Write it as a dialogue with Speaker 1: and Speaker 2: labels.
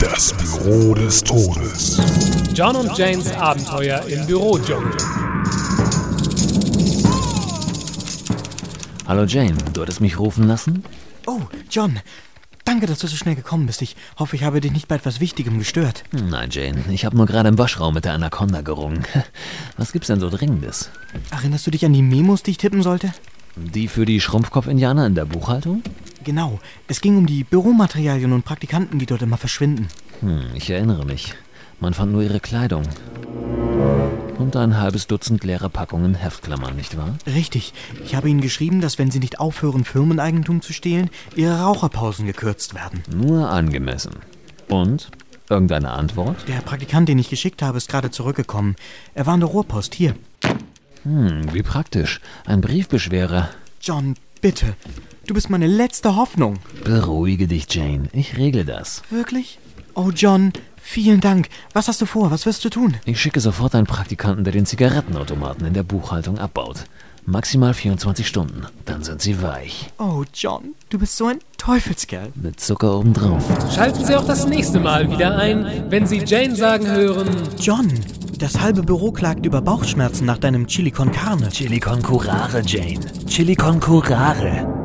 Speaker 1: Das Büro des Todes.
Speaker 2: John und Janes Abenteuer im Büro, John.
Speaker 3: Hallo Jane, du hattest mich rufen lassen?
Speaker 4: Oh, John. Danke, dass du so schnell gekommen bist. Ich hoffe, ich habe dich nicht bei etwas Wichtigem gestört.
Speaker 3: Hm, Nein, Jane, ich habe nur gerade im Waschraum mit der Anaconda gerungen. Was gibt's denn so Dringendes?
Speaker 4: Erinnerst du dich an die Memos, die ich tippen sollte?
Speaker 3: Die für die Schrumpfkopf-Indianer in der Buchhaltung?
Speaker 4: Genau. Es ging um die Büromaterialien und Praktikanten, die dort immer verschwinden.
Speaker 3: Hm, ich erinnere mich. Man fand nur ihre Kleidung. Und ein halbes Dutzend leere Packungen Heftklammern, nicht wahr?
Speaker 4: Richtig. Ich habe ihnen geschrieben, dass wenn sie nicht aufhören, Firmeneigentum zu stehlen, ihre Raucherpausen gekürzt werden.
Speaker 3: Nur angemessen. Und? Irgendeine Antwort?
Speaker 4: Der Praktikant, den ich geschickt habe, ist gerade zurückgekommen. Er war in der Rohrpost hier.
Speaker 3: Hm, wie praktisch. Ein Briefbeschwerer.
Speaker 4: John, bitte. Du bist meine letzte Hoffnung.
Speaker 3: Beruhige dich, Jane. Ich regle das.
Speaker 4: Wirklich? Oh, John, vielen Dank. Was hast du vor? Was wirst du tun?
Speaker 3: Ich schicke sofort einen Praktikanten, der den Zigarettenautomaten in der Buchhaltung abbaut. Maximal 24 Stunden. Dann sind sie weich.
Speaker 4: Oh, John, du bist so ein Teufelskerl.
Speaker 3: Mit Zucker obendrauf.
Speaker 2: Schalten Sie auch das nächste Mal wieder ein, wenn Sie Jane sagen hören.
Speaker 4: John, das halbe Büro klagt über Bauchschmerzen nach deinem Chili con Carne.
Speaker 3: Chili con Curare, Jane. Chili con Curare.